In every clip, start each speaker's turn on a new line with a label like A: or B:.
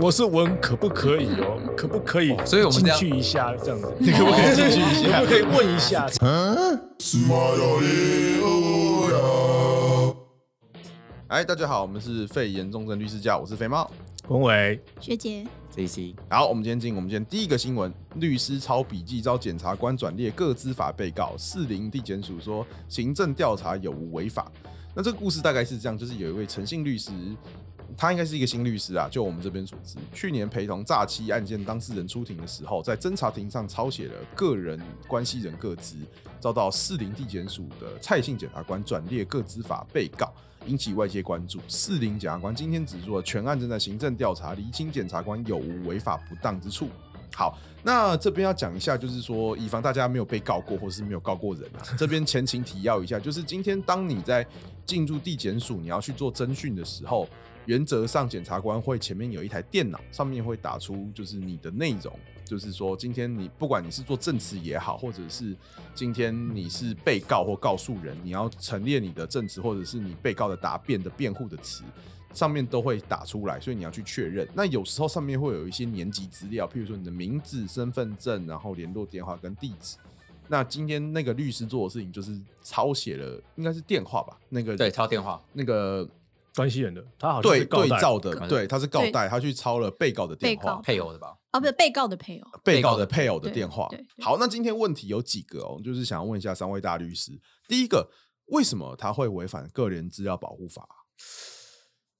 A: 我是问可不可以哦，可不可以？
B: 所以我们这
A: 进
B: 样
A: 去一下这 样子，你可不可以进去一下？可不可以问一下？
C: 哎，大家好，我们是肺炎重症律师家，我是肥猫。
A: 文伟，
D: 学姐，
B: C C，
C: 好，我们今天进我们今天第一个新闻，律师抄笔记遭检察官转列各资法被告，士林地检署说行政调查有无违法。那这个故事大概是这样，就是有一位诚信律师，他应该是一个新律师啊，就我们这边所知，去年陪同诈欺案件当事人出庭的时候，在侦查庭上抄写了个人关系人各资，遭到士林地检署的蔡姓检察官转列各资法被告。引起外界关注。士林检察官今天指出了全案正在行政调查，厘清检察官有无违法不当之处。好，那这边要讲一下，就是说，以防大家没有被告过，或是没有告过人啊，这边前情提要一下，就是今天当你在进入地检署，你要去做侦讯的时候，原则上检察官会前面有一台电脑，上面会打出就是你的内容，就是说今天你不管你是做证词也好，或者是今天你是被告或告诉人，你要陈列你的证词或者是你被告的答辩的辩护的词，上面都会打出来，所以你要去确认。那有时候上面会有一些年级资料，譬如说你的名字、身份证，然后联络电话跟地址。那今天那个律师做的事情就是抄写了，应该是电话吧？那个
B: 对，抄电话，
C: 那个
A: 关系人的，他好像
C: 对
A: 是告
C: 对
A: 代
C: 照的
B: 告，代
C: 对，他是告代，他去抄了被告的电
D: 被
C: 话
D: 告，
B: 配偶的吧？
D: 哦，不是被告的配偶，
C: 被告的配偶的
D: 对
C: 电话
D: 对。对
C: 好，那今天问题有几个哦，就是想要问一下三位大律师。第一个，为什么他会违反个人资料保护法？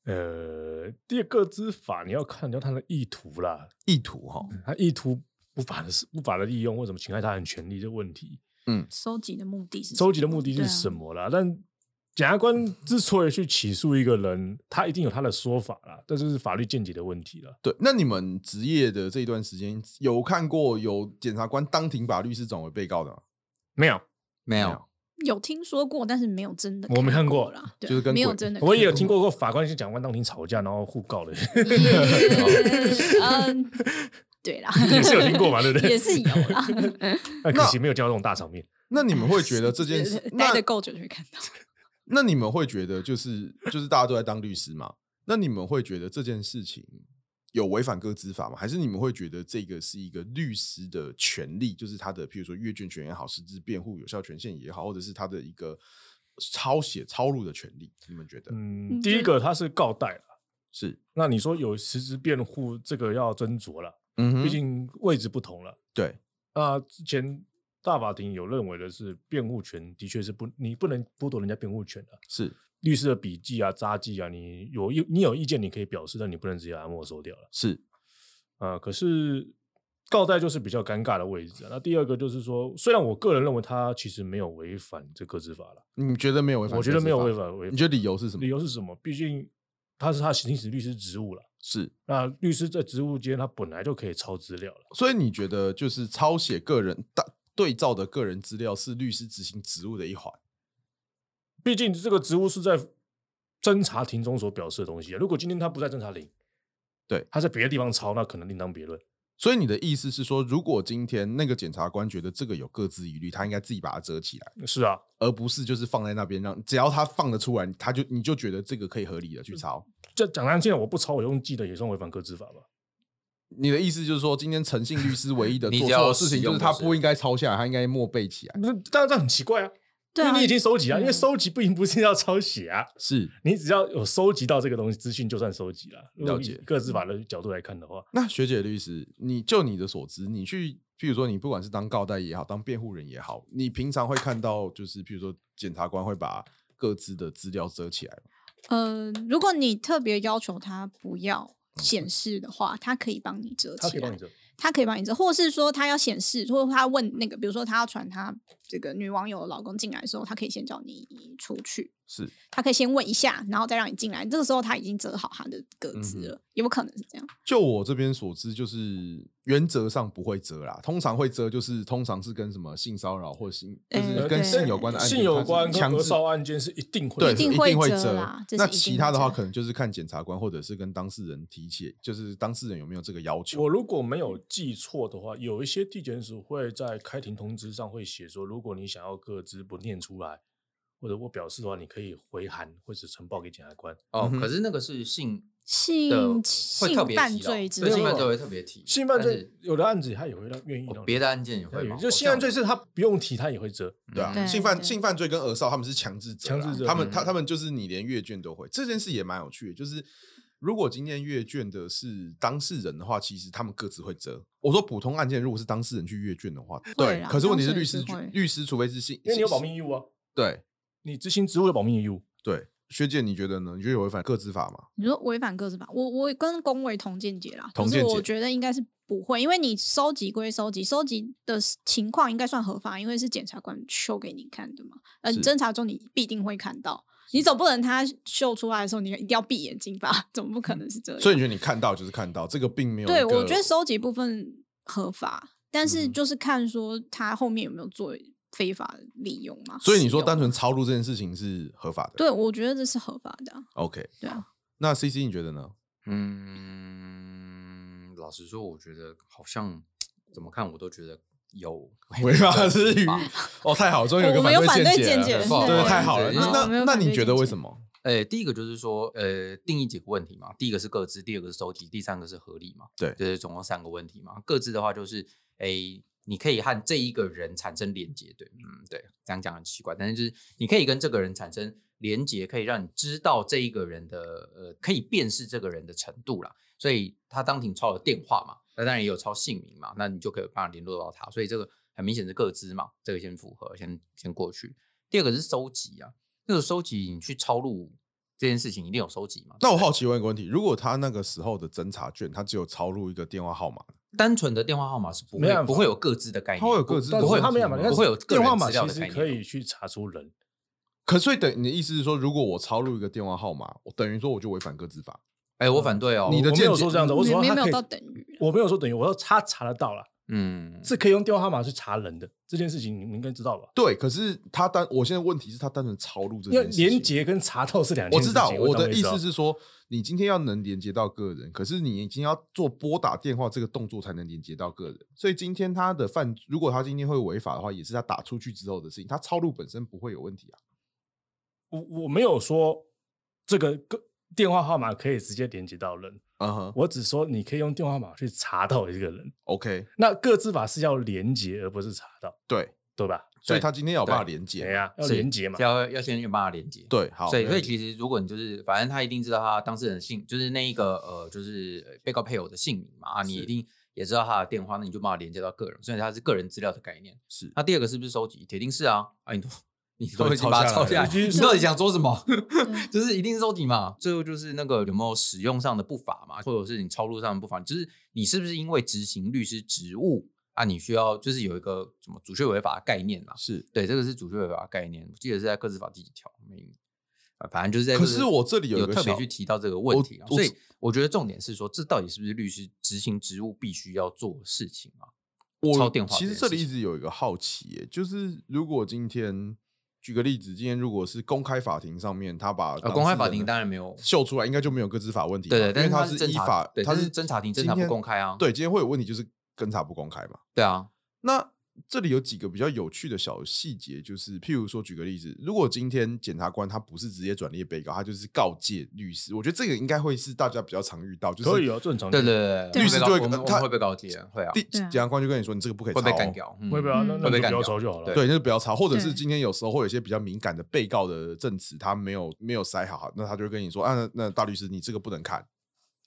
A: 呃，第二个知法你要看你要看他的意图啦，
C: 意图哈、哦，
A: 他意图不法的是不法的利用或什么侵害他人权利这问题，
D: 收集的目的是什么
A: 收集的目的是
D: 对啊
A: 什么啦？但检察官之所以去起诉一个人，他一定有他的说法啦，这就是法律见解的问题了。
C: 对。那你们职业的这一段时间，有看过有检察官当庭把律师转为被告的吗？
A: 没有，
B: 没
C: 没
B: 有
C: 有，
D: 有听说过，但是没有真的，
A: 我没看过
D: 过啦， 对啊
C: 就是跟
D: 没有
C: 鬼
D: 真的，
A: 我也有听。过过法官跟检察官当庭吵架，然后互 告的，
D: 嗯，对啦，
A: 也是有听过嘛，对不对？
D: 也是有 啦，，
A: 那可惜没有见到这种大场面。
C: 那你们会觉得这件事
D: 待
C: 那
D: 的够久就会看到。
C: 那你们会觉得就是就是大家都在当律师嘛？那你们会觉得这件事情有违反各资法吗？还是你们会觉得这个是一个律师的权利，就是他的譬如说阅卷权也好，实质辩护有效权限也好，或者是他的一个抄写抄录的权利？你们觉得、
A: 嗯，
D: 嗯
A: 第一
D: 就
A: 个他是告代了，
C: 是？
A: 那你说有实质辩护，这个要斟酌了，
C: 嗯哼
A: 毕竟位置不同了。
C: 对
A: 那之前大法庭有认为的是，辩护权的确是不，你不能剥夺人家辩护权的。
C: 是
A: 律师的笔记啊、札记啊，你有意你有意见你可以表示，但你不能直接把它没收掉了。
C: 是
A: 啊，可是告代就是比较尴尬的位置啊、那第二个就是说，虽然我个人认为他其实没有违反这个执法了，
C: 你觉得没有违反？
A: 我觉得没有违。反违
C: 你
A: 反。
C: 觉得理由是什么
A: 理？由是什么？毕竟他是他行使律师职务了。
C: 是，
A: 那律师在职务间，他本来就可以抄资料了。
C: 所以你觉得就是抄写个人大对照的个人资料是律师执行职务的一环？
A: 毕竟这个职务是在侦查庭中所表示的东西啊。如果今天他不在侦查庭，
C: 对
A: 他在别的地方抄，那可能另当别论。
C: 所以你的意思是说，如果今天那个检察官觉得这个有各自疑虑，他应该自己把它遮起来，
A: 是啊，
C: 而不是就是放在那边让，只要他放得出来，他就你就觉得这个可以合理的去抄。
A: 这讲难听点，我不抄，我用记的也算违反个资法吧？
C: 你的意思就是说，今天诚信律师唯一 的
B: 你
C: 做
B: 只要
C: 错的事情就是
B: 使用
C: 他
B: 就是
C: 不应该抄下来，他应该默背起来。
A: 那当然这很奇怪啊，
D: 对啊
A: 因为你已经收集啊，
D: 嗯
A: 因为收集并不是要抄写啊，
C: 是，
A: 你只要有收集到这个东西资讯，就算收集了。如果
C: 了解嗯
A: 以个资法的角度来看的话，
C: 那学姐律师，你就你的所知，你去，譬如说你不管是当告代也好，当辩护人也好，你平常会看到就是譬如说检察官会把各自的资料遮起来吗，
D: 呃，如果你特别要求他不要显示的话，他可以帮你遮
A: 嗯他
D: 起
A: 可以帮
D: 来
A: 你。做。
D: 他可以帮你遮，或是说他要显示，或者他问那个，比如说他要传他这个女网友的老公进来的时候，他可以先叫你出去，
C: 是
D: 他可以先问一下，然后再让你进来。这个时候他已经折好他的格
C: 嗯
D: 子
C: 哼
D: 了，有可能是这样。
C: 就我这边所知，就是原则上不会遮啦，通常会遮就是通常是跟什么性骚扰或性，就
D: 嗯
C: 是
D: 对
C: 跟性有关的案件，
A: 性有关跟
C: 它是强
A: 儿
C: 制
A: 少案件是一定会
C: 对，
A: 有
D: 一定
C: 是
D: 会
C: 会
D: 遮啦这是
C: 那
D: 一定
C: 其
D: 会
C: 他的话，
D: 遮
C: 可能就是看检察官或者是跟当事人提起，就是当事人有没有这个要求。
A: 我如果没有记错的话，有一些地检署会在开庭通知上会写说，如果你想要各自不念出来，或者我表示的话，你可以回函或者呈报给检察官。
B: 哦
C: 嗯哼，
B: 可是那个是性
D: 性
B: 会特
D: 性
B: 别
D: 犯
B: 提到
D: 罪之
B: 对
D: 类
B: 性犯
D: 的，
B: 罪会特别提，
A: 性犯
B: 但
A: 罪
B: 是
A: 有的案子他也会让愿意
B: 哦
A: 让你
B: 别的案件也
A: 他
B: 会
A: 也
B: 嘛，
A: 就
B: 哦
A: 性犯罪
B: 这样
A: 是他不用提他也会遮，
C: 对啊，
D: 对
C: 性犯
D: 对
C: 性犯罪跟儿少他们是强制者啦，
A: 强制者
C: 他们
B: 嗯
C: 他他们就是你连阅卷都会，这件事也蛮有趣的。就是如果今天阅卷的是当事人的话，其实他们各自会折。我说普通案件如果是当事人去阅卷的话，对，
D: 啦
C: 可是问题是
D: 当
C: 律
D: 事
C: 师
D: 人是会
C: 律师除非是性，
A: 因为你有保密义务啊，
C: 对
A: 你执行职务有保密义务。
C: 对。学姐，你觉得呢？你觉得有违反个资法吗？
D: 你说违反个资法，我我跟工委同见解啦，
C: 同
D: 可是
C: 见解
D: 我觉得应该是不会，因为你收集归收集，收集的情况应该算合法，因为是检察官秀给你看的嘛，呃，你
C: 是
D: 侦查中你必定会看到，你总不能他秀出来的时候你一定要闭眼睛吧， 总不可能是这样。
C: 所以你觉得你看到就是看到，这个并没有一
D: 对，
C: 个
D: 我觉得收集部分合法，但是
C: 嗯
D: 就是看说他后面有没有做非法的利用嘛。
C: 所以你
D: 使
C: 说
D: 用
C: 单纯抄录这件事情是合法的？
D: 对，我觉得这是合法的啊、
C: ，OK。
D: 对啊，
C: 那 C C 你觉得呢？
B: 嗯，老实说，我觉得好像怎么看我都觉得有
C: 违法
B: 之
C: 之余，哦，太好，终于有一个
D: 我们有
C: 反
D: 反对
C: 见
D: 见
C: 解
D: 解
C: 了，
B: 不好
C: 对，
B: 意思
C: 太好了。
B: 对
D: 我们
C: 那
D: 有
C: 那
D: 反对
C: 你觉
D: 见
C: 得为
D: 解
C: 什么？
B: 呃，第一个就是说，呃，定义几个问题嘛。第一个是各自，第二个是收集，第三个是合理嘛。
C: 对
B: 就是总共三个问题嘛。各自的话就是，诶，你可以和这一个人产生连接，对，嗯，对，这样讲很奇怪，但是就是你可以跟这个人产生连接，可以让你知道这一个人的，呃，可以辨识这个人的程度啦。所以他当庭抄了电话嘛，那当然也有抄姓名嘛，那你就可以有办法联络到他。所以这个很明显是各自嘛，这个先符合，先先过去。第二个是收集啊，那个收集你去抄录这件事情一定有收集嘛？
C: 那我好奇问一个问题：如果他那个时候的侦查卷，他只有抄录一个电话号码，
B: 单纯的电话号码是不
A: 没办
B: 会
A: 法
B: 不会有各自的概念，
C: 它会有各自
B: 不
A: 但
B: 不会
A: 是
B: 有
A: 他没有嘛，
C: 不
A: 你看
B: 不会有个
A: 电话
B: 人
A: 码
B: 资料
A: 其
B: 的概
A: 实可
B: 念，
A: 以去查出人，
C: 可所以等你的意思是说，如果我抄录一个电话号码，我等于说我就违反个资法。
B: 哎，我反对哦，
C: 你
A: 我
C: 的
A: 没
C: 见
A: 有
C: 解
A: 说这样子，我只
D: 没
A: 说
D: 没
A: 他
D: 有没
A: 可
D: 有
A: 以
D: 到等于
A: 我没有说等于，我说他查得到了，
B: 嗯，
A: 是可以用电话号码去查人的这件事情，你们应该知道吧？
C: 对，可是他单，我现在问题是他单纯抄录这
A: 因为
C: 件事情。
A: 连接跟查到是两件
C: 我
A: 事
C: 知
A: 情。
C: 道我
A: 当然
C: 的
A: 也
C: 意
A: 知道
C: 思是说，你今天要能连接到个人，可是你已经要做拨打电话这个动作才能连接到个人。所以今天他的犯，如果他今天会违法的话，也是他打出去之后的事情。他抄录本身不会有问题啊。
A: 我我没有说这个个电话号码可以直接连接到人，
C: 嗯哼
A: 我只说你可以用电话号码去查到一个人。
C: ，OK，
A: 那各自法是要连接，而不是查到，
C: 对，
A: 对吧？
C: 所以
B: 对
C: 他今天要有办法连
A: 哎
C: 接。
A: 呀，要
B: 是
A: 连接嘛。
B: 要要先有办法连接，
C: 对，好，
B: 所以，
C: 没
B: 所以
C: 问题
B: 其实如果你就是，反正他一定知道他当事人的姓，就是那一个呃，就是呃被告配偶的姓名嘛，啊，你
C: 是
B: 一定也知道他的电话，那你就帮他连接到个人，所以它是个人资料的概念。
C: 是
B: 那第二个是不是收集？铁定是啊，啊，你都你
C: 都
B: 都已经
C: 抄
B: 把
C: 下
B: 它抄
C: 来
B: 下
C: 了
B: 来，你到底想说什么？
D: 对
B: 就是一定是收集嘛。最后就是那个有没有使用上的不法嘛，或者是你抄录上的不法，就是你是不是因为执行律师职务啊，你需要就是有一个什么主确违法的概念啦。
C: 是，
B: 对，这个是主确违法的概念，我记得是在《个资法》第几条？没，啊反正就是在这
C: 可
B: 个。
C: 是我这里有
B: 有
C: 一个
B: 特别
C: 小
B: 去提到这个问
C: 我
B: 题啊，
C: 我
B: 所以我觉得重点是说，这到底是不是律师执行职务必须要做的事情啊？
C: 我
B: 抄电话
C: 其实
B: 这
C: 这
B: 件
C: 里一
B: 事情
C: 直有一个好奇耶、就是如果今天举个例子，今天如果是公开法庭上面，他把
B: 呃，公开法
C: 当事人啊
B: 庭
C: 的
B: 当然没有，
C: 秀出来，应该就没有个资法问题嘛。
B: 对对，但
C: 因为
B: 是
C: 他
B: 它
C: 依
B: 侦查
C: 法
B: 对，，
C: 他
B: 它是侦查庭，侦
C: 今
B: 查不
C: 天
B: 公开啊。
C: 对，今天会有问题就是侦查不公开嘛。
B: 对啊，
C: 那这里有几个比较有趣的小细节，就是譬如说，举个例子，如果今天检察官他不是直接转列被告，他就是告诫律师，我觉得这个应该会是大家比较常遇到，就是
A: 可以哦，正常。
B: 对对对，对我们
D: 律
C: 师
B: 被告
C: 就会
B: 我们我
C: 他
B: 们会被告诫，会啊，
C: 第
D: 对啊
C: 检察官就跟你说，你这个不可以
B: 会被
C: 抄
B: 干
C: 哦
B: 掉，
A: 会不会啊？
D: 嗯
A: 那那
B: 会被
A: 你就
B: 干
A: 不要
B: 掉
A: 抄就好了。
B: 对
C: 对，那就不要抄，或者是
D: 对
C: 今天有时候会有一些比较敏感的被告的证词，他没有没有塞好，那他就会跟你说啊，那那大律师你这个不能看，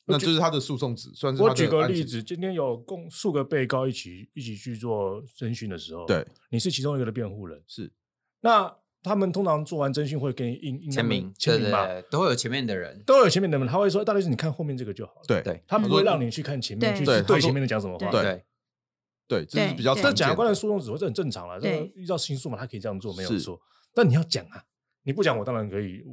C: 那
A: 举
C: 就是他的诉讼纸，算是
A: 我
C: 他的
A: 举个
C: 案
A: 例
C: 情，
A: 子，今天有共数个被告一起一起去做侦讯的时候，
C: 对，
A: 你是其中一个的辩护人，
C: 是
A: 那他们通常做完征讯会给你印印
B: 签
A: 那个
B: 名，
A: 签
B: 对
A: 名
B: 对
A: 吧，
B: 对，都会有前面的人，
A: 都有前面的人，他会说哎大律师你看后面这个就好了，，
C: 对
B: 对
A: 他不
D: 他
A: 会
D: 说
A: 让你去看前面
D: 对
A: 去
C: 对
A: 去
C: 他
A: 对
C: 说
A: 前面的讲什么话，
D: 对
B: 对，
C: 对，这是
D: 对
C: 比较
D: 对
A: 这
C: 常
A: 检察
C: 见
A: 官的
C: 的。
A: 诉讼只会这很正常了，这个
D: 对
A: 依照刑诉嘛，他可以这样做没有
C: 是
A: 错，但你要讲啊，你不讲我当然可以，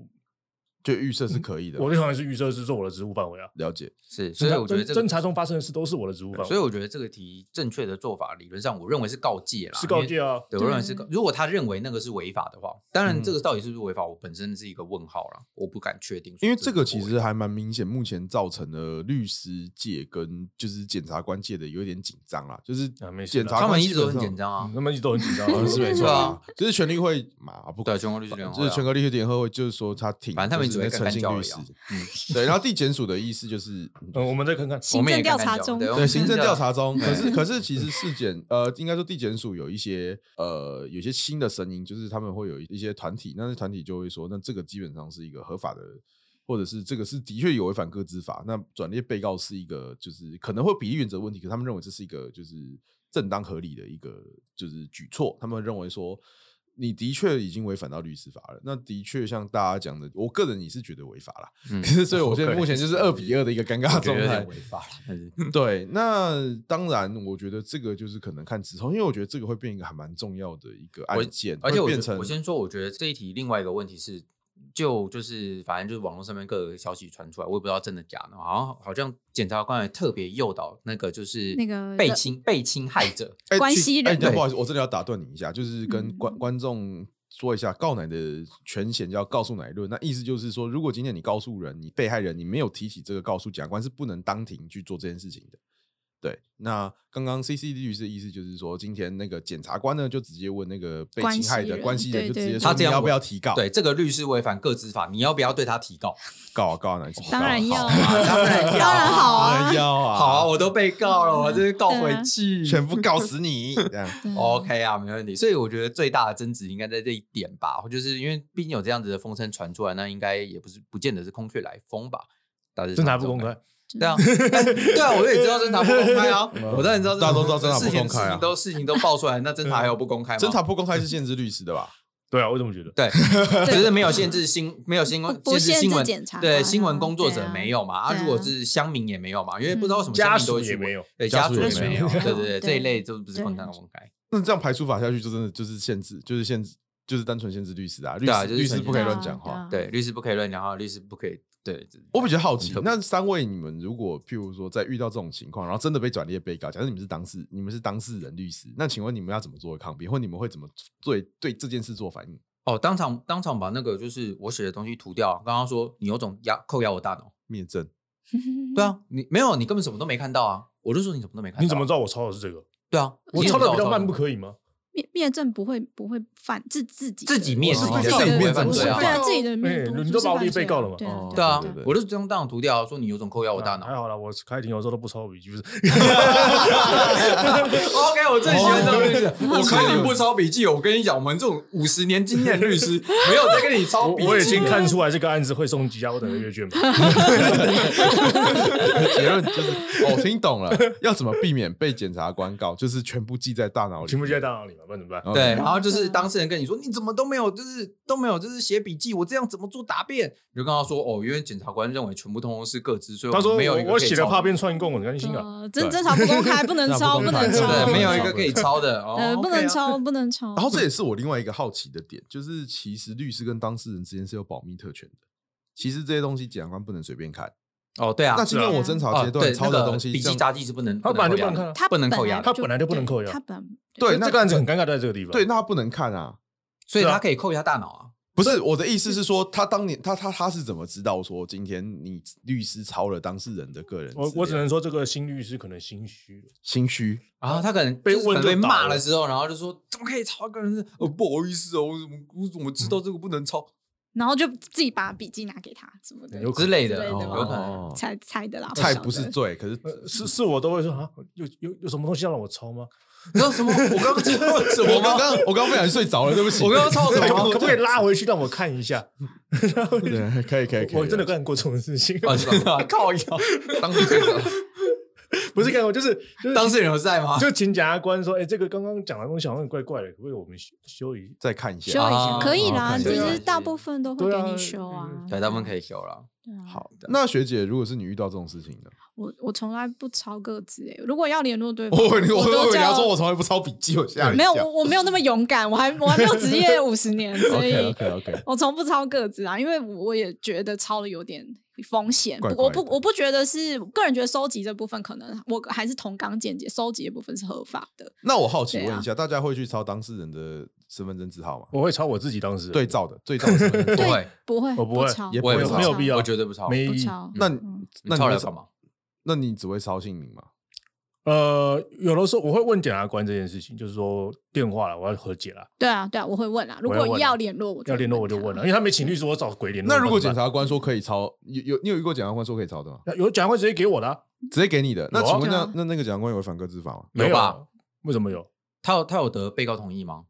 C: 就预设是可以的，
A: 我就当然是预设是做我的职务范围啊，
C: 了解。
B: 是，所以我觉得
A: 侦
B: 这个
A: 侦查中发生的事都是我的职务范
B: 对
A: 围，啊
B: 所以我觉得这个题正确的做法，理论上我认为是告诫啦，
A: 是告
B: 因为
A: 诫啊，
B: 对，我认为是告。如果他认为那个是违法的话，当然
A: 嗯
B: 这个到底是不是违法，我本身是一个问号啦，我不敢确定说。
C: 因为这个其实还蛮明显，目前造成了律师界跟就是检察官界的有点紧张啦，就是
A: 啊没事
C: 检
A: 啦
C: 察
B: 他
C: 官
B: 们一
C: 基
B: 直都
C: 本
B: 很
C: 上
B: 紧张啊
A: 嗯，他们一直都很紧张 啊，
C: 嗯是没
B: 对
C: 错
B: 啊，
C: 就是权力会嘛，不管
B: 对，全国律师联合
C: 就
B: 会
C: 是
B: 啊
C: 全国律师联合会，就是说他挺，
B: 反正他们一直只
C: 那
B: 会
C: 诚
B: 干
C: 信
B: 叫而
C: 律
B: 已
C: 师
B: 啊。，
C: 嗯， 对。然后地检署的意思就是，
A: 嗯，我们再看看，
B: 我
D: 行
B: 们也
D: 政调
B: 干
D: 查
B: 干叫
D: 中，
B: 对我
C: 对，
B: 们
C: 行政
B: 真的
C: 调查中，可是
B: 对
C: 可是其实市检呃，应该说地检署有一些呃有些新的声音，就是他们会有一些团体，那些团体就会说，那这个基本上是一个合法的，或者是这个是的确有违反各自法，那转列被告是一个就是可能会比例原则问题，可他们认为这是一个就是正当合理的一个就是举措，他们认为说。你的确已经违反到律师法了，那的确像大家讲的，我个人也是觉得违法啦。
B: 嗯
C: 所以我现在目前就是二比二的一个尴尬
B: 我觉
C: 状
B: 得有
C: 态
B: 点。违法了，但是
C: 对，那当然，我觉得这个就是可能看之后，因为我觉得这个会变一个还蛮重要的一个
B: 我
C: 案件，
B: 而且
C: 会
B: 我
C: 变
B: 觉得
C: 成
B: 我先说，我觉得这一题另外一个问题是，就就是反正就是网络上面各个消息传出来，我也不知道真的假的，好像好像检察官也特别诱导那个就是
D: 那个
B: 被
D: 的
B: 侵被侵害者，
C: 哎
D: 关
C: 去
D: 系
C: 哎，
D: 人
C: 对，不好意思，我真的要打断你一下，就是跟
D: 嗯
C: 观观众说一下，告乃的权限叫告诉乃论。那意思就是说，如果今天你告诉人，你被害人，你没有提起这个告诉检察官，是不能当庭去做这件事情的。对，那刚刚 C C 律师的意思就是说，今天那个检察官呢，就直接问那个被
D: 关
C: 侵害
D: 系
C: 的
D: 人
C: 关系人，
D: 对
C: 就直
D: 对
C: 接
D: 对
C: 说
B: 他这
C: 你
B: 样
C: 要不
B: 问
C: 要提告？
B: 对，这个律师违反各自法，你要不要对他提告？
C: 告啊告啊，乃自己
D: 当
C: 告啊
D: 然
C: 好
D: 要
C: 啊
D: 啊，
B: 当然要
D: 当然好
C: 当然
D: 啊，
C: 要啊，
B: 好啊，我都被告了，我这是告
D: 对
B: 回
D: 啊
B: 去，
C: 全部告死你这样。
D: 对啊
B: OK 啊，没问题。所以我觉得最大的争执应该在这一点吧，就是因为毕竟有这样子的风声传出来，那应该也不是不见得是空穴来风吧。大致上
A: 侦查不公
B: 这种
A: 开，
B: 对啊，哎对啊，我也知道侦查不公开 啊，我当然知道，
C: 大家都知道侦查不
B: 事情
C: 公开啊
B: 事情都事情都爆出来，那侦查还有不公开吗？
C: 侦查不公开是限制律师 的吧？
A: 对啊，我怎么觉得？
B: 对，只是没有限制新，没有新闻，
D: 不不
B: 制新
D: 限
B: 闻
D: 制检察
B: 对
D: 官
B: 新闻工作
D: 对
B: 者
D: 啊
B: 没有嘛？啊，
D: 对啊
B: 如果是乡民也没有嘛，因为不知道为什么
C: 嗯
B: 乡
A: 家
B: 民都
A: 属
B: 会去
A: 也
B: 问
A: 没有，
B: 对
A: 家
B: 属
A: 属
B: 也
A: 也
B: 没
A: 没
B: 有，
A: 有
B: 对对对，
D: 对
B: 这一类都不是公开
D: 对
B: 公开。
C: 那这样排除法下去，就真的就是限制，就是限制，就是单纯限制律师啊，律
B: 对啊
C: 师
B: 就是
C: 律师
B: 限制
C: 不可以
D: 对啊
C: 乱讲
D: 对
C: 话
D: 啊。
B: 对，律师不可以乱讲话，律师不可以对。
C: 我比较好奇
B: 很特，别
C: 那三位你们如果譬如说在遇到这种情况，然后真的被转列被告，假设你们是当事，你们是当事人律师，那请问你们要怎么做抗辩，或你们会怎么对对这件事做反应？
B: 哦，当场当场把那个就是我写的东西涂掉啊。刚刚说你有种压扣押我大脑，
C: 灭证？
D: 嗯
B: 对啊，你没有，你根本什么都没看到啊。我就说你什么都没看到啊，
A: 你怎么知道我抄的是这个？
B: 对啊？
A: 我
B: 你怎
A: 抄
B: 么
A: 的
B: 知道
A: 比较
B: 我
A: 慢，
B: 的
A: 不可以吗？
D: 灭灭证不会不会犯自自己
B: 自己
D: 的
B: 灭
D: 自
B: 自
D: 己
B: 己
D: 的
B: 的不
D: 自己
B: 会
D: 的面
B: 犯
D: 子
B: 罪啊
D: 对。啊，自己的
A: 哎
D: 面子
A: 你
D: 不
A: 都
D: 是
A: 把我
D: 犯
A: 列
D: 罪
A: 被告了嘛
D: 对
C: 哦
D: 啊，
B: 对啊
C: 对对对，
B: 我就是当场涂掉啊，说你有种扣押我大脑
A: 还。好啦，我开庭有时候都不抄笔 记，不是？
B: OK，我最喜欢这种律师。 我看你不抄笔记，我跟你讲，我们这种五十年经验的律师没有在跟你抄
A: 我
B: 笔记。
A: 我已经看出来这个案子会送几家我等的阅 卷吧。
C: 结论就是，哦我听懂了，要怎么避免被检察官告，就是全部记在大脑里，
A: 全部接在大脑里嘛，不然怎么办？
C: OK。
B: 对，然后就是当事人跟你说，你怎么都没有，就是都没有，就是写笔记，我这样怎么做答辩？你就跟他说，哦，因为检察官认为全部通通是各自，所以
A: 他说
B: 没有一个
A: 我我
B: 可以
A: 写的
B: 抄
A: 怕变串供，你甘心
B: 哦
A: 啊？
D: 呃，侦侦查不公开，不能抄，不能
B: 对，
C: 对
D: 抄，
B: 没有一个可以 抄的，哦
D: 呃，不
B: OK
D: 能
B: 啊
D: 抄，不能抄。
C: 然后这也是我另外一个好奇的点，就是其实律师跟当事人之间是有保密特权的。其实这些东西检察官不能随便看。
B: 哦，对啊，
C: 那今天我侦查
B: 哦
C: 阶
B: 对
C: 段抄
B: 那
C: 的
B: 个
C: 东西，
B: 笔记
C: 像
B: 札记是不能，
A: 他本来就
B: 不能
A: 不
B: 扣
A: 能
B: 押的
A: 看啊
D: 他
A: 他本
B: 不能扣押的，
D: 本
A: 来就不能扣押
D: 对他本
C: 对，那
A: 这个案子很尴尬，在这个地方。
C: 对，那他不能看啊。
B: 所以
A: 对啊
B: 他可以扣押大脑啊。
C: 不是我的意思是说，他当年他他他是怎么知道说今天你律师抄了当事人的个人资料？
A: 我我只能说，这个新律师可能心虚了。
C: 心虚。
B: 然后他可能
A: 被
B: 就是
A: 问
B: 可
A: 就
B: 能被
A: 倒
B: 骂
A: 了
B: 了之后，然后就说怎么可以抄个人是？哦，不好意思哦，我怎么我怎么知
A: 嗯
B: 道这个不能抄
D: 然后就自己把笔记拿给他什么的，
A: 有可
B: 之类
D: 之
B: 的？
D: 类的
B: 有可能。
C: 哦
D: 猜猜的啦。
C: 菜
D: 晓
C: 不是
D: 得
C: 罪，可是
A: 呃是是我都会说啊，有有有什么东西要让我抄吗？
B: 你知道什么？我刚刚知 道什
C: 我
B: 么吗？
C: 刚刚我刚刚不小心睡着了，对不起。
B: 我刚刚抄什
A: 可不
B: 么？
A: 啊可不可以拉回去让我看一下？
C: 对可以可以可以，
A: 我真的干过这种事情，
B: 啊，是 吧？靠腰，
C: 当事人
A: 不是干过，就是就是
B: 当事人有在吗？
A: 就请检察官说，哎，这个刚刚讲的东西好像很怪怪的，可不可以我们修修一？
C: 再看一
D: 修
C: 下。
D: 一
B: 啊
D: 下可以
C: 好
D: 啦，
C: 可以
D: 其
A: 可
D: 实
B: 以
D: 大部分都会
A: 对
D: 给
A: 啊
D: 你修啊
A: 嗯。
B: 对，他们可以修了。
D: 对啊。
C: 好，那学姐，如果是你遇到这种事情呢？
D: 我我从来不抄个字诶，如果要联络对 方，
C: 我我
D: 我
C: 我
D: 都
C: 哦你要
D: 叫
C: 说我从来不抄笔记，我吓你一
D: 没有，
C: 跳
D: 我我没有那么勇敢，我还我还没有职业五十年，所以
C: OK OK OK，
D: 我从不抄个子啊，因为我也觉得抄了有点风险。
C: 怪
D: 不
C: 怪
D: 我不
C: 的
D: 我不觉得是，个人觉得收集这部分可能我还是同纲见解，收集的部分是合法的。
C: 那我好奇
D: 对啊
C: 问一下，大家会去抄当事人的身份证字号吗？
A: 我会抄我自己当时
C: 对照的，对照的身份证字
B: 不
C: 号。
B: 会，
D: 不会，
A: 我不会
D: 抄，
C: 也不
B: 我也
C: 会
B: 不
C: 抄
D: 抄
A: 没有必要
B: 我绝对不抄。
A: 没
D: 不
A: 意义。
D: 抄。
C: 那那
D: 嗯
B: 你
C: 你
B: 抄
C: 会
B: 来
C: 抄
B: 干嘛？
C: 那你只会抄姓名吗？
A: 呃，有的时候我会问检察官这件事情，就是说电话了，我要和解了，
D: 对啊，对啊，我会问啊。如
A: 我要
D: 果
A: 问啊
D: 要联络，我
A: 要联络我就
D: 他
A: 问了，因为他没请律师，我找鬼联络。
C: 那如果检
A: 怎么
C: 察官说可以抄，有有你有遇过检察官说可以抄的吗？
A: 办有检察官直接给我的啊、
C: 直接给你的。那
A: 有啊
C: 请问
D: 对
C: 那
D: 啊
C: 那那个检察官有违反个资法吗？
B: 有
A: 没有
B: 吧
A: 啊？为什么有？
B: 他有他有得被告同意吗？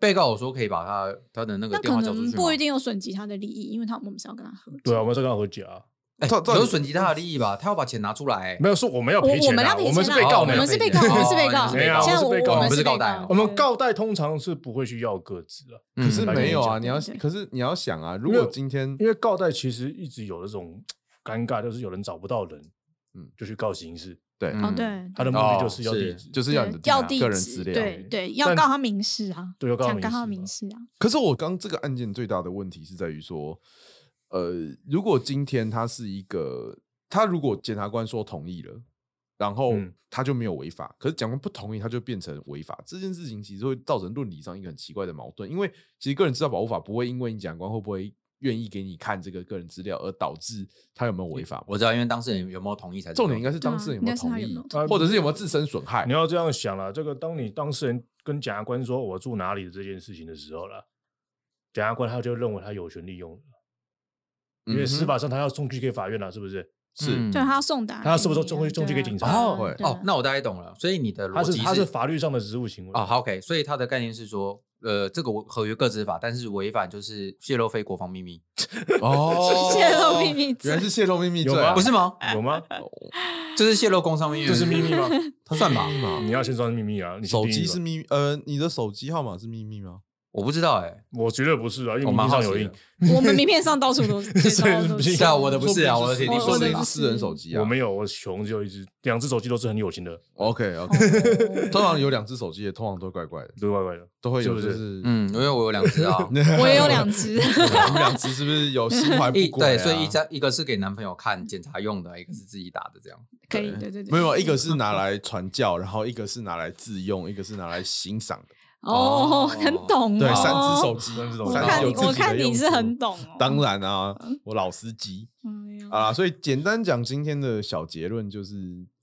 B: 被告有说可以把他他的那个
D: 那
B: 电
D: 可
B: 话交出
D: 能
B: 去吗？
D: 不一定有损及他的利益，因为他我们是要跟他合作。
A: 对啊，我们是跟他和解啊，
B: 哎，
C: 照照
B: 有
C: 理
B: 损及他的利益吧？他要把钱拿出来、
A: 没有说我们要
D: 我
A: 赔钱、啊，
D: 我们要
A: 我
D: 赔
A: 们
D: 钱
A: 是
D: 啊
A: 被告
D: 我
A: 呢
D: 们是
B: 没
D: 被
B: 有
D: 告，
B: 赔
D: 我们
B: 钱
D: 是被告。
B: 哦
A: 没有啊
D: 现在
A: 我
D: 我
A: 们是被告
D: 我
A: 我们
D: 们
B: 不是
D: 是
B: 告
D: 被
B: 代
D: 告
B: 哦
A: 我们告代通常是不会去要个资的，
B: 嗯
C: 可是
A: 嗯
C: 没有啊，你要
D: 对哦
C: 可是你要想啊，如
A: 因为
C: 果今天
A: 因为告代其实一直有那种尴尬，就是有人找不到人，
C: 嗯
A: 嗯，就去告刑事，
C: 对，
B: 嗯
D: 哦，对，
A: 他的目的就是要地址，
C: 就是
D: 对
C: 要你的
D: 要
C: 啊
D: 地
C: 个人
D: 址
C: 资料。
D: 对对，要
A: 但
D: 告他民事啊，
A: 对要告他
D: 想
A: 民
D: 告他
A: 事
D: 民
A: 嘛
D: 事啊，
C: 可是我刚这个案件最大的问题是在于说，呃，如果今天他是一个，他如果检察官说同意了，然后
A: 嗯
C: 他就没有违法，可是检察官不同意，他就变成违法。这件事情其实会造成论理上一个很奇怪的矛盾，因为其实个人资料保护法不会因为你检察官会不会愿意给你看这个个人资料而导致他有没有违法。
B: 我知道，因为当事人有没有同意才知道
C: 重点应该是当事人有没有同
D: 对啊应该是他有没
C: 意
D: 有，
A: 同意
C: 或者是有没有自身损害
A: 你。要这样想了，这个当你当事人跟检察官说我住哪里的这件事情的时候了，检察官他就认为他有权利用了，因为司
C: 嗯哼
A: 法上他要送去给法院了，是不是？
C: 是
B: 嗯
D: 就是他要送达，
A: 他是不是终会终于给警察
D: 对啊
B: 哦
C: 会
D: 对啊
B: 哦，那我大概懂了。所以你的
A: 他
B: 逻
A: 是
B: 辑
A: 他是法律上的职务行为
B: 哦，好 OK，所以他的概念是说，呃，这个我合约各执法，但是违反就是泄露非国防秘密，
C: 哦
D: 泄露 秘密
C: 原来
D: 罪，
C: 是泄露秘密罪
A: 有吗
C: 啊，
B: 不是吗？
A: 有吗？
B: 这是泄露工商秘密，
A: 这是秘密 吗？
B: 算吧，
A: 你要先算秘密啊！你先
C: 手
A: 定义
C: 机
A: 吧
C: 是秘密，呃，你的手机号码是秘密吗？
B: 我不知道哎，
A: 我绝对不是啊，因为
B: 我
A: 名
B: 蛮
A: 义
B: 好
A: 上有
B: 奇
A: 印
B: 的，。
D: 我们名片上到处都是
A: 所以
D: 到处都
A: 是
D: 是，
B: 是啊我的不是啊
C: 说
B: 我的
C: 定
B: 铁定
C: 说定
D: 是我的
C: 是
D: 不
C: 私人手机啊。
A: 我没有，我穷只有一只，两只手机都是很有钱的，
C: OK OK，
D: 哦
C: 通常有两只手机的，通常都怪怪的，
A: 对怪怪的。
C: 都会
A: 是
C: 有就
A: 不是
C: 是，
B: 嗯，因为我有两 只啊，
D: 我也有两 只，
C: 我们两只是不是有心怀不
B: 一
C: 轨啊？
B: 对，所以一张一个是给男朋友看检查用的，一个是自己打的这样。
D: 可以，对对对，
C: 没有，一个是拿来传教，然后一个是拿来自用，一个是拿来欣赏的。
D: 哦，
B: 哦
D: 很懂哦，
C: 对，三只手机，
A: 三只手
D: 我
A: 机
C: 三
D: 看
C: 只有
D: 你，
C: 自己
D: 我
C: 的
D: 看
C: 用
D: 你
C: 途
D: 是很懂哦，
C: 当然啊，我老司机
D: 哎呀
C: 啊，所以简单讲今天的小结论就是，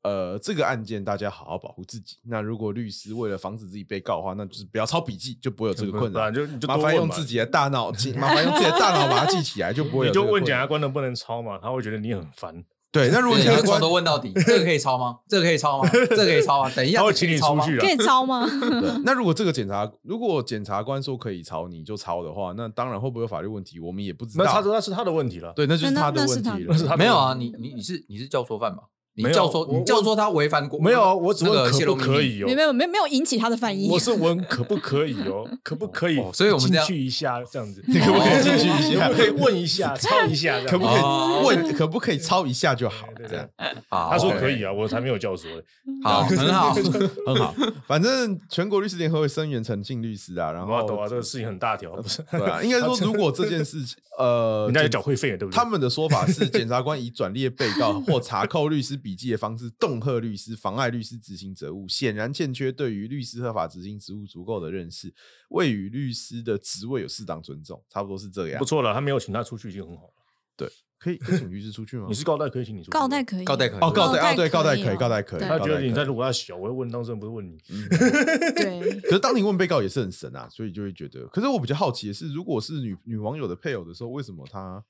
C: 呃，这个案件大家好好保护自己。那如果律师为了防止自己被告的话，那就是不要抄笔记，就不会有这个困
A: 不
C: 扰
A: 然。就你就
C: 麻
A: 多
C: 烦
A: 问
C: 用
A: 嘛
C: 自己的大 脑记，麻烦用自己的大脑把它记起来，就不会有
A: 你
C: 这
A: 就
C: 个
A: 问
C: 困
A: 检察
C: 扰。
A: 官能不能抄嘛，他会觉得你很烦，
C: 对，那如果
B: 对
C: 检察
B: 你从
C: 官
B: 头问到底，这个可以抄吗？这个可以抄吗？这个可以抄吗？等一下，
A: 他会
B: 这
A: 请
B: 个可以
A: 你
B: 抄
A: 出
B: 吗
A: 去啊
D: 可。以抄吗？
C: 对，那如果这个检察，如果检察官说可以抄，你就抄的话，那当然会不会有法律问题，我们也不知
A: 那他
C: 道。
A: 说那是他的问题了，
C: 对，那就是
D: 那
C: 他的
D: 那是
C: 问
D: 他
C: 题
D: 的
C: 了。
A: 那是他的
B: 没有啊，
A: 问题，
B: 你你你是你是教唆犯吧？你
A: 没有
B: 教唆
A: 我
B: 你教唆他违反国
A: 没有啊，我只
B: 那
A: 问
B: 个
A: 可
B: 泄露
A: 不
B: 秘
A: 可
B: 密
A: 以
D: 没有
A: 哦
D: 没。有没有没有引起他的反应，
A: 我是问可不可以 哦，可不可以
B: 哦？所以我们这
A: 进
B: 样
A: 去一下这样子，
C: 你 可不可以
B: 哦
C: 进去一
A: 可
C: 下
A: 不？可以问一 下，抄一下这样？
C: 可不可
B: 哦
C: 以问？可不可以抄一下就好？
A: 对对
C: 这样
B: 好
A: 他说
B: OK
A: 可
C: 哦
A: 以啊，我才没有教唆嘞。
B: 好，很好，
C: 很好。反正全国律师联合会声援陈静律师啊，然
A: 然后懂
C: 后
A: 啊，这个事情很大条，不是？
C: 对啊，应该说如果这件事情， 呃，
A: 人家也缴会费啊了，对不对？
C: 他们的说法是，检察官以转列被 告或查扣律师笔记的方式恫吓律师，妨碍律师执行责务，显然欠缺对于律师合法执行职务足够的认识，未与律师的职位有适当尊重，差不多是这样
A: 不。错了，他没有请他出去已经很好了。
C: 可以可以请律师出去吗
A: 你？是告代可以请你出去，
D: 告代可以，
B: 告代可以
C: 哦，告
D: 代
C: 代哦，对，告
D: 告
C: 代
D: 代
C: 可以，
D: 哦
C: 告代可以。
D: 对
A: 他觉得你在
C: 告代可以。嗯
A: 如果他小，我会问当事人，不是问你。
D: 对，
C: 可是当你问被告也是很神啊，所以就会觉得。可是我比较好奇的是，如果是女女网友的配偶的时候，为什么他？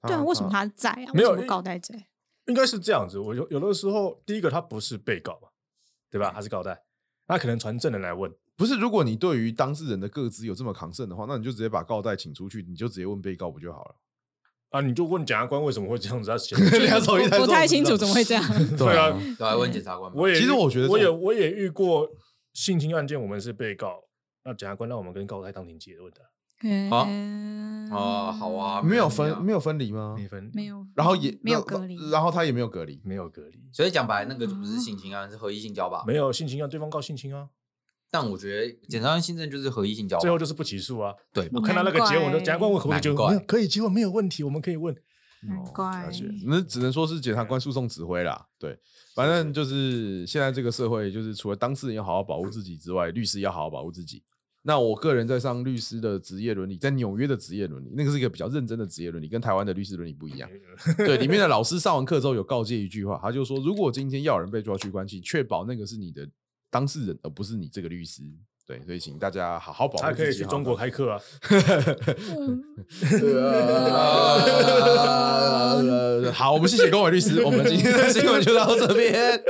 C: 他
D: 对啊，为什么？他在啊？
A: 没有
D: 为什么告代在？
A: 应该是这样子。我有有的时候，第一个他不是被告嘛，对
C: 嗯
A: 吧？他是告代，他可能传证人来问。
C: 不是，如果你对于当事人的个资有这么抗盛的话，那你就直接把告代请出去，你就直接问被告不就好了？
A: 啊，你就问检察官为什么会这样子？他 写
C: 两手一摊
D: 不
C: 说
D: 太
C: 我
D: 清
C: 不知
D: 楚
C: 道
D: 怎么会这样。
A: 对啊，
B: 都来问检察官吧。
A: 我也
C: 其实我觉得
A: 我
C: 这
A: 也
C: 种
A: 我也遇过性侵案件，我们是被告，那检察官让我们跟告代当庭结论
C: 啊
A: 的，
B: 好
D: 嗯
B: 哦好啊
C: 没有
B: 没有
C: 分没有分离吗？
A: 没分
D: 没，有，
C: 然后也
D: 没有
C: 那
D: 隔离，
C: 然后他也没有隔离。
A: 没有隔离，
B: 所以讲白，那个就不是性侵案，是合意性交吧？
A: 没有性侵案，对方告性侵啊，
B: 但我觉得检察官新政就是合意性交吧，
A: 最后就是不起诉啊。
B: 对吧
A: 我看到那个结
D: 难
A: 文，
D: 怪
A: 检察官问可不可以结
B: 哦难怪
A: 婚，可以结婚没有问题，我们可以问。
C: 哦
D: 难怪
C: 了解，那只能说是检察官诉讼指挥啦。对，反正就是现在这个社会，就是除了当事人要好好保护自己之外，律师也要好好保护自己。那我个人在上律师的职业伦理，在纽约的职业伦理，那个是一个比较认真的职业伦理，跟台湾的律师伦理不一 样。对，里面的老师上完课之后有告诫一句话，他就说：如果今天要有人被抓去关系，确保那个是你的当事人，而不是你这个律师。对，所以请大家好好保护
A: 他
C: 自己。
A: 可以去中国开课啊，
D: 嗯
C: 好，我们谢谢公伟律师，我们今天的新闻就到这边。